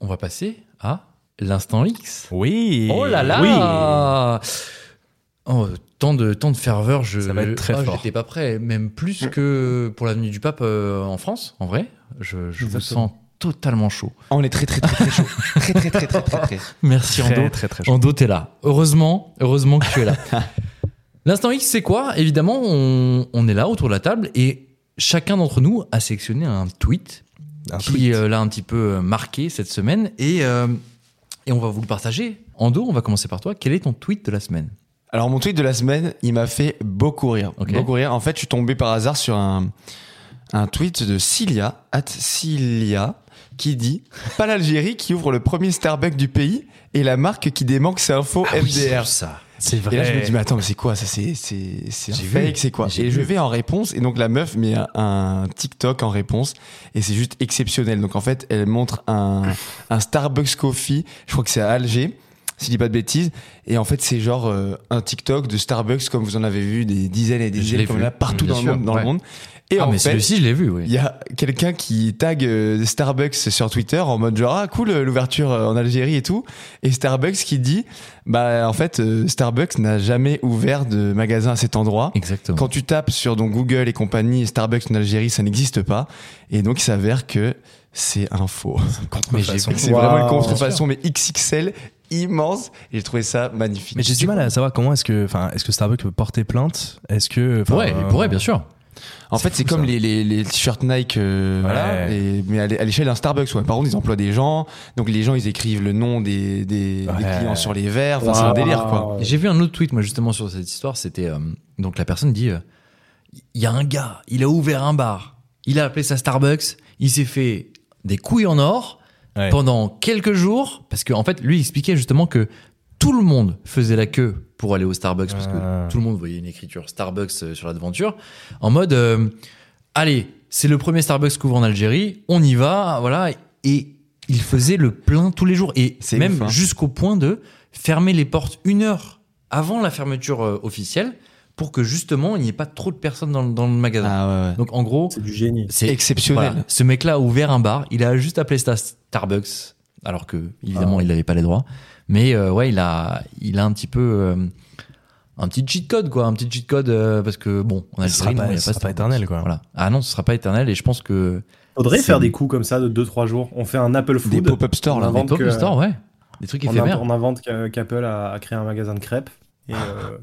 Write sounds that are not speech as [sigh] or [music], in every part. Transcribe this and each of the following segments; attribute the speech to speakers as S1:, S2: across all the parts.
S1: on va passer à l'instant X.
S2: Oui.
S1: Oh là là Oh, tant de tant de ferveur, je
S2: Ça va être très
S1: Ah,
S2: fort.
S1: j'étais pas prêt, même plus que pour l'avenue du pape euh, en France, en vrai. Je, je vous
S3: Exactement.
S1: sens totalement chaud.
S3: On est très très très très chaud. très très très très très très.
S1: Merci Ando.
S2: Très, très, très chaud.
S1: Ando, t'es là. Heureusement, heureusement que tu es [laughs] là. L'instant X, c'est quoi Évidemment, on, on est là autour de la table et chacun d'entre nous a sélectionné un tweet
S2: Un
S1: qui
S2: tweet.
S1: euh, l'a un petit peu euh, marqué cette semaine et, euh, et on va vous le partager. Ando, on va commencer par toi. Quel est ton tweet de la semaine
S3: Alors mon tweet de la semaine, il m'a fait beaucoup rire.
S1: Ok.
S3: Beaucoup rire. En fait, je suis tombé par hasard sur un, un tweet de Cilia, at Cilia, qui dit « Pas l'Algérie qui ouvre le premier Starbucks du pays et la marque qui démanque ses infos
S1: Ah
S3: MDR
S1: ça.
S2: C'est
S3: Et
S2: vrai.
S3: là, je me dis, mais attends, mais c'est quoi ça C'est c'est- c'est un
S1: J'ai vu.
S3: fake, c'est quoi
S1: J'ai
S3: Et je
S1: vu.
S3: vais en réponse, et donc la meuf met un, un TikTok en réponse, et c'est juste exceptionnel. Donc en fait, elle montre un, un Starbucks Coffee, je crois que c'est à Alger, si je dis pas de bêtises, et en fait, c'est genre euh, un TikTok de Starbucks, comme vous en avez vu des dizaines et
S1: Je
S3: des
S1: l'ai
S3: dizaines, comme
S1: vu.
S3: là, partout
S1: Bien
S3: dans,
S1: sûr,
S3: le, monde, dans
S1: ouais.
S3: le monde. Et
S1: ah,
S3: en
S1: mais
S3: fait,
S1: celui-ci, je l'ai vu, oui.
S3: il y a quelqu'un qui tag euh, Starbucks sur Twitter en mode genre ah cool euh, l'ouverture euh, en Algérie et tout et Starbucks qui dit bah en fait euh, Starbucks n'a jamais ouvert de magasin à cet endroit.
S1: Exactement.
S3: Quand tu tapes sur donc Google et compagnie Starbucks en Algérie ça n'existe pas et donc il s'avère que c'est un faux. [laughs]
S1: Mais j'ai vu.
S3: C'est vraiment une
S2: Waouh.
S3: contrefaçon mais XXL immense et j'ai trouvé ça magnifique.
S2: Mais j'ai du mal à savoir comment est-ce que, enfin, est-ce que Starbucks peut porter plainte Est-ce que, enfin,
S1: Ouais, il
S3: Euh,
S1: pourrait, bien sûr.
S3: En
S2: C'est
S3: fait, c'est
S2: fou,
S3: comme
S2: ça.
S3: les, les, les t-shirts Nike, euh,
S2: Ouais.
S3: voilà, et- mais à l'é- à l'échelle d'un Starbucks. Ouais. Par contre, ils emploient des gens, donc les gens, ils écrivent le nom des, des, des
S2: Ouais.
S3: clients sur les verres. Enfin, c'est un délire, quoi.
S2: Euh,
S1: J'ai vu un autre tweet, moi, justement, sur cette histoire. C'était. euh, donc, la personne dit euh, Il y a un gars, il a ouvert un bar, il a appelé ça Starbucks, il s'est fait des couilles en or
S2: Ouais.
S1: pendant quelques jours. Parce qu'en en fait, lui, il expliquait justement que tout le monde faisait la queue pour aller au Starbucks, parce
S2: Ah.
S1: que tout le monde voyait une écriture Starbucks euh, sur l'aventure, en mode euh, Allez, c'est le premier Starbucks qu'ouvre en Algérie, on y va, voilà. Et. Il faisait le plein tous les jours et
S3: C'est
S1: même
S3: ouf, hein.
S1: jusqu'au point de fermer les portes une heure avant la fermeture euh, officielle pour que justement il n'y ait pas trop de personnes dans, le- dans le magasin.
S3: Ah, ouais, ouais.
S1: Donc en gros,
S4: C'est du génie.
S1: c'est
S3: Exceptionnel.
S1: voilà, ce mec-là a ouvert un bar, il a juste appelé ça Starbucks, alors que
S2: Ah.
S1: évidemment il n'avait pas les droits. Mais euh, ouais, il a, il a un petit peu euh, un petit cheat code quoi, un petit cheat code euh, parce que bon, on a
S2: Ce sera pas- ce sera pas éternel, quoi.
S1: Voilà. Ah non, ce sera pas éternel et je pense que
S4: Faudrait
S1: C'est-
S4: faire des coups comme ça de 2-3 jours. On fait un Apple
S3: Des
S4: Food.
S3: pop-up stores, là.
S4: Avant
S1: les pop-up
S4: que- euh,
S1: stores, ouais, des trucs
S4: on, invente-
S1: éphémères.
S4: on invente qu'a- qu'Apple a, a créé un magasin de crêpes. Et, euh,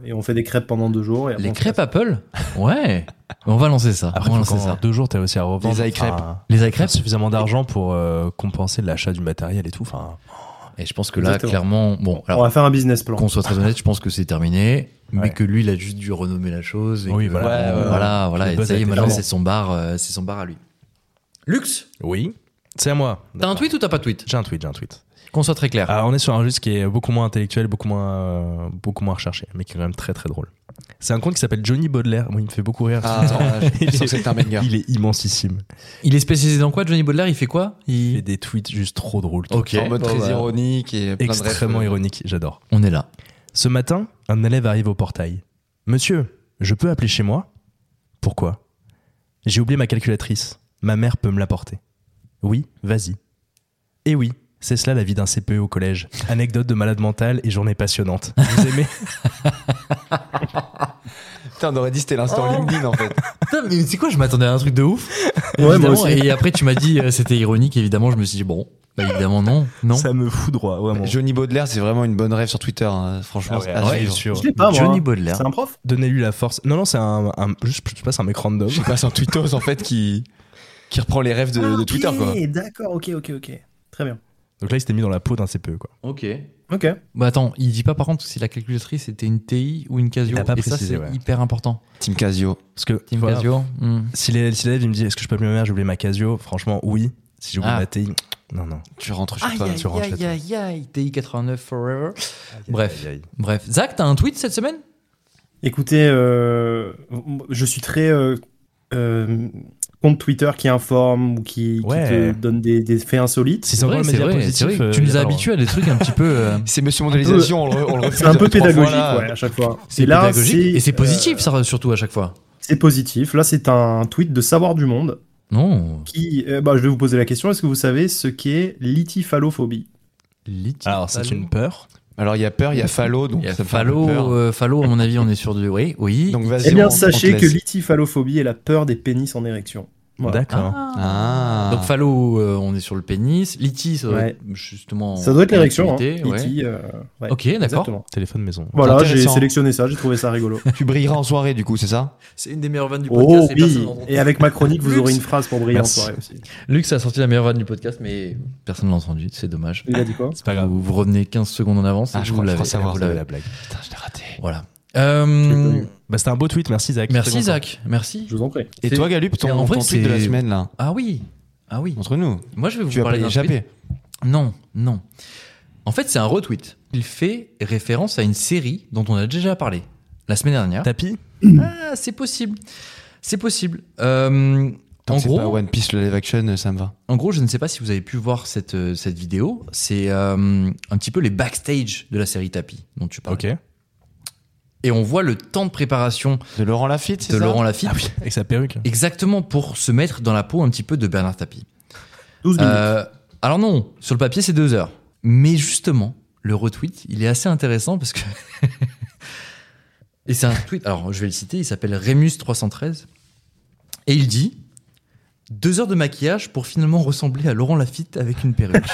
S4: et on fait des crêpes pendant deux jours. Et après,
S1: Les
S4: on fait
S1: crêpes Apple, ouais. On va lancer ça.
S2: Après,
S1: on va
S2: faut
S1: lancer
S2: qu'en
S1: ça.
S2: deux jours, t'as aussi à revendre.
S3: Les iCrêpes.
S2: enfin,
S1: Les
S2: faire
S1: crêpes.
S2: suffisamment d'argent pour euh, compenser l'achat du matériel et tout. Enfin,
S1: Et je pense que là,
S4: Exactement.
S1: clairement, bon, alors
S4: on va faire un business plan.
S1: qu'on soit très honnête, je pense que c'est terminé, mais
S2: Ouais.
S1: que lui, il a juste dû renommer la chose. Et
S2: Oui,
S1: que,
S2: voilà.
S1: euh,
S3: Ouais, ouais,
S1: voilà, voilà,
S2: Le
S1: et
S2: buzz
S1: ça
S2: a
S1: y est,
S2: été
S1: maintenant,
S2: lancé.
S1: c'est son bar, euh, c'est son bar à lui. Lux,
S2: oui. C'est à moi.
S1: t'as un
S2: D'accord.
S1: tweet ou t'as pas de tweet
S2: J'ai un tweet, j'ai un tweet.
S1: Qu'on soit très clair.
S2: Ah, on est sur un juste qui est beaucoup moins intellectuel, beaucoup moins, euh, beaucoup moins recherché, mais qui est quand même très très drôle. C'est un conte qui s'appelle Johnny Baudelaire. Moi, il me fait beaucoup rire.
S3: Ah, je sens que c'est un banger.
S2: il est immensissime.
S1: Il est spécialisé dans quoi, Johnny Baudelaire Il fait quoi
S2: Il
S1: Il-
S2: fait des tweets juste trop drôles.
S1: Ok.
S3: En mode
S1: Bon,
S3: très
S1: bah,
S3: ironique et plein de refs.
S2: Extrêmement ironique, j'adore.
S1: On est là.
S2: Ce matin, un élève arrive au portail. Monsieur, je peux appeler chez moi Pourquoi J'ai oublié ma calculatrice. Ma mère peut me l'apporter. Oui, vas-y. Et oui, c'est cela la vie d'un CPE au collège. Anecdote de malade mental et journée passionnante. Vous aimez
S3: Putain, on aurait dit c'était l'instant
S1: Oh.
S3: LinkedIn, en fait.
S1: Putain, mais c'est quoi Je m'attendais à un truc de [laughs] ouf.
S4: Ouais, moi
S1: Évidemment,
S4: aussi.
S1: Et après, tu m'as dit, euh, c'était ironique, évidemment, je me suis dit, bon, bah, évidemment, non. Non.
S2: Ça me fout droit, vraiment.
S3: Johnny Baudelaire, c'est vraiment une bonne rêve sur Twitter, hein. franchement.
S2: Ah ouais,
S3: à
S2: ouais,
S3: suivre.
S2: je suis sûr.
S4: Je l'ai pas, moi.
S1: Johnny
S4: hein.
S1: Baudelaire.
S4: C'est un prof
S2: Donnez-lui la force. Non, non, c'est un, un- Juste, je sais pas, c'est un mec
S3: [laughs]
S2: random.
S3: Je sais pas, c'est un tweetos, en fait, qui, qui reprend les rêves de, de
S4: Ah,
S3: Twitter, quoi.
S4: ok, D'accord, ok, ok, ok. Très bien.
S2: Donc là, il s'était mis dans la peau d'un CPE, quoi.
S1: Ok.
S4: Ok.
S1: Bah attends, il dit pas par contre si la calculatrice c'était une TI ou une Casio.
S2: Il a pas
S1: et ça,
S2: précisé,
S1: c'est
S2: ouais.
S1: hyper important.
S3: Team Casio.
S2: Parce que.
S1: Team
S2: voilà,
S1: Casio. hmm.
S2: Si l'é- si l'élève, il me dit Est-ce que je peux appeler ma mère J'ai oublié ma Casio. Franchement, oui. Si j'ai oublié
S1: Ah.
S2: ma TI. Non, non.
S3: Tu rentres chez
S1: Aïe,
S3: toi.
S1: aïe,
S2: tu rentres chez
S1: aïe,
S2: toi.
S1: aïe, aïe, TI 89 Forever. Bref.
S2: Aïe, aïe.
S1: Bref. Zach, t'as un tweet cette semaine
S4: Écoutez, euh, je suis très euh, euh, compte Twitter qui informe ou qui, qui
S2: Ouais.
S4: te donne des, des faits insolites.
S2: Si c'est encore le média positif, euh,
S1: Tu nous as
S2: il y a pas le droit.
S1: habitués à des trucs un petit peu.
S4: [laughs]
S1: euh,
S3: C'est Monsieur Mondialisation, on le, on le refuse
S4: C'est un peu
S3: trois fois,
S4: pédagogique
S3: là.
S4: ouais, à chaque fois.
S1: c'est
S4: Et là,
S1: pédagogique. Et c'est
S4: euh,
S1: positif, ça, surtout à chaque fois.
S4: C'est positif. Là, c'est un tweet de Savoir du Monde
S1: Non.
S4: Qui, euh, bah, je vais vous poser la question. Est-ce que vous savez ce qu'est l'ithyphalophobie
S2: Alors, c'est une peur.
S3: Alors, il y a peur, il y a fallo, donc
S1: Il y a
S3: ça me fait un peu peur.
S1: Fallo, euh, Fallo, à mon avis, on est sûr du. Oui, oui.
S3: Donc, vas-y.
S4: Eh bien,
S3: on- on te
S4: sachez que
S3: laisse.
S4: l'ithyphalophobie est la peur des pénis en érection. Voilà.
S2: D'accord.
S3: Ah.
S1: Donc Fallo, euh, on est sur le pénis. Liti, ça doit
S4: Ouais.
S1: être justement.
S4: Ça doit être l'érection. Hein.
S1: l'activité, ouais.
S4: Lithy, euh, ouais,
S1: Ok, d'accord.
S4: exactement.
S2: Téléphone maison.
S4: Voilà, j'ai
S3: Intéressant.
S4: sélectionné ça, j'ai trouvé ça rigolo.
S3: tu brilleras en soirée, du coup, c'est ça
S1: C'est une des meilleures vannes du podcast.
S4: oh
S1: et personne
S4: oui
S1: n'en entend.
S4: Et avec ma chronique, vous
S1: Luxe.
S4: aurez une phrase pour briller en
S2: Merci.
S4: soirée aussi.
S1: Luc a sorti la meilleure vanne du podcast, mais personne ne l'a entendu. C'est dommage.
S4: Il a dit quoi
S2: C'est pas
S1: Vous, vous revenez 15 secondes en avance.
S3: Ah,
S1: et
S3: je
S1: vous
S3: crois- je
S1: l'avez-
S3: crois savoir
S1: vous
S3: ça.
S1: l'avez.
S2: la blague.
S3: Putain, je l'ai raté.
S1: Voilà.
S4: l'ai
S1: Euh,
S4: pas
S2: Bah, c'était un beau tweet, merci Zach. Très
S1: merci
S2: content.
S1: Zach. Merci.
S4: Je vous en prie.
S3: Et
S1: C'est-
S3: toi, Galup, ton,
S1: Mais en vrai,
S3: ton tweet de la
S1: c'est-
S3: semaine, là,
S1: Ah oui. Ah oui.
S3: entre nous,
S1: Moi, je vais vous
S3: tu vas pas
S1: parler d'un tweet.
S3: l'échapper.
S1: Non, non. En fait, c'est un retweet. Il fait référence à une série dont on a déjà parlé la semaine dernière.
S2: Tapi
S1: Ah, c'est possible. C'est possible. Euh,
S3: Tant
S1: en
S3: que c'est
S1: gros,
S3: pas One Piece, le live action, ça me va.
S1: En gros, je ne sais pas si vous avez pu voir cette, euh, cette vidéo. C'est euh, un petit peu les backstage de la série Tapi dont tu parles.
S2: Ok.
S1: Et on voit le temps de préparation
S3: De Laurent Lafitte, c'est
S1: de
S3: ça Ah
S1: Laurent Lafitte.
S2: Ah Avec sa perruque.
S1: Exactement pour se mettre dans la peau un petit peu de Bernard Tapi.
S4: 12 minutes.
S1: [laughs] Euh, alors non, sur le papier c'est deux heures. Mais justement, le retweet, il est assez intéressant parce que... [laughs] et c'est un tweet, alors je vais le citer, il s'appelle Remus313. Et il dit... Deux heures de maquillage pour finalement ressembler à Laurent Lafitte avec une perruque.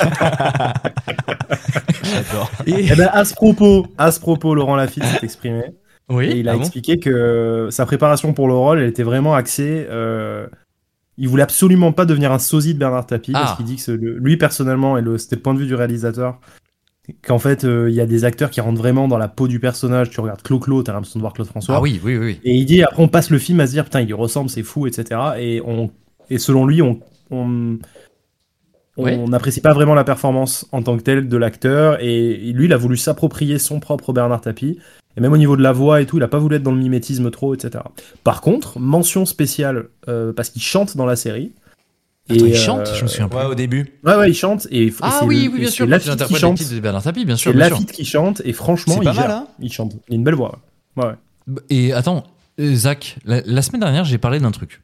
S2: J'adore.
S1: Et-
S4: Eh ben, à ce propos, à ce propos, Laurent Lafitte s'est exprimé.
S1: Oui,
S4: Et il a
S1: ah bon
S4: expliqué que euh, sa préparation pour le rôle, elle était vraiment axée. euh, il voulait absolument pas devenir un sosie de Bernard Tapie
S1: Ah.
S4: parce qu'il dit que c'est le- lui personnellement et le- c'était le point de vue du réalisateur qu'en fait euh, il y a des acteurs qui rentrent vraiment dans la peau du personnage. Tu regardes Clo-Clo, t'as l'impression de voir Claude François.
S1: Ah oui, oui, oui.
S4: Et il dit après on passe le film à se dire putain il lui ressemble c'est fou etc. Et on et selon lui on on on
S1: Ouais.
S4: n'apprécie pas vraiment la performance en tant que telle de l'acteur et lui il a voulu s'approprier son propre Bernard Tapie et même au niveau de la voix et tout il a pas voulu être dans le mimétisme trop etc. Par contre mention spéciale euh, parce qu'il chante dans la série.
S1: Attends, il
S4: euh,
S1: chante Je me souviens
S3: Ouais,
S1: pas.
S3: au début.
S4: Ouais ouais il chante et, et
S1: Ah
S4: c'est
S1: oui,
S4: le-
S1: oui,
S4: et
S1: bien
S4: c'est
S1: sûr. quand
S4: Lafitte
S1: il
S4: qui
S1: interprète les
S4: chante.
S1: titres de Bernard Tapie, bien
S4: C'est
S1: sûr. bien sûr.
S4: Lafitte qui chante et franchement
S3: C'est
S4: il
S3: pas mal,
S4: gère.
S3: hein
S4: il chante il a une belle voix. hein. ouais. Ouais.
S1: Et attends, euh, Zach, la, la semaine dernière, j'ai parlé d'un truc.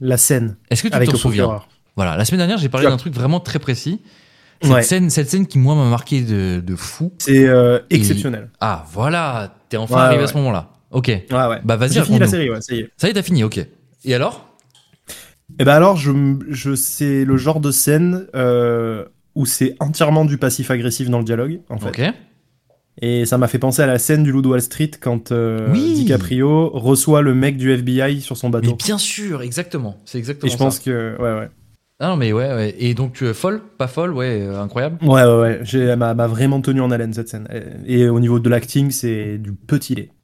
S4: La scène
S1: Est-ce que tu
S4: avec
S1: t'en
S4: le
S1: souviens
S4: procureur.
S1: Voilà, la semaine dernière, j'ai parlé
S4: Sure.
S1: d'un truc vraiment très précis. Cette,
S4: Ouais.
S1: scène, cette scène qui, moi, m'a marqué de, de fou.
S4: C'est euh,
S1: Et-
S4: exceptionnel.
S1: Ah, voilà, t'es enfin
S4: Ouais,
S1: arrivé à
S4: ouais.
S1: ce moment-là. Ok.
S4: Ouais, ouais.
S1: Bah, vas-y,
S4: J'ai fini la
S1: raconte-nous.
S4: série, ouais, ça y est.
S1: Ça y est, t'as fini, ok. Et alors
S4: Et ben alors, je, m- je c'est le genre de scène euh, où c'est entièrement du passif agressif dans le dialogue, en fait.
S1: Ok.
S4: Et ça m'a fait penser à la scène du Loup de Wall Street quand euh,
S1: Oui.
S4: DiCaprio reçoit le mec du FBI sur son
S1: Mais
S4: bateau.
S1: bien sûr, exactement. C'est exactement
S4: Et je pense
S1: ça.
S4: que ouais ouais
S1: Ah non, mais ouais, ouais. Et donc, tu es folle Pas folle Ouais, euh, incroyable.
S4: ouais ouais, ouais. J'ai- elle m'a m'a vraiment tenu en haleine cette scène. Et et au niveau de l'acting, c'est du petit lait.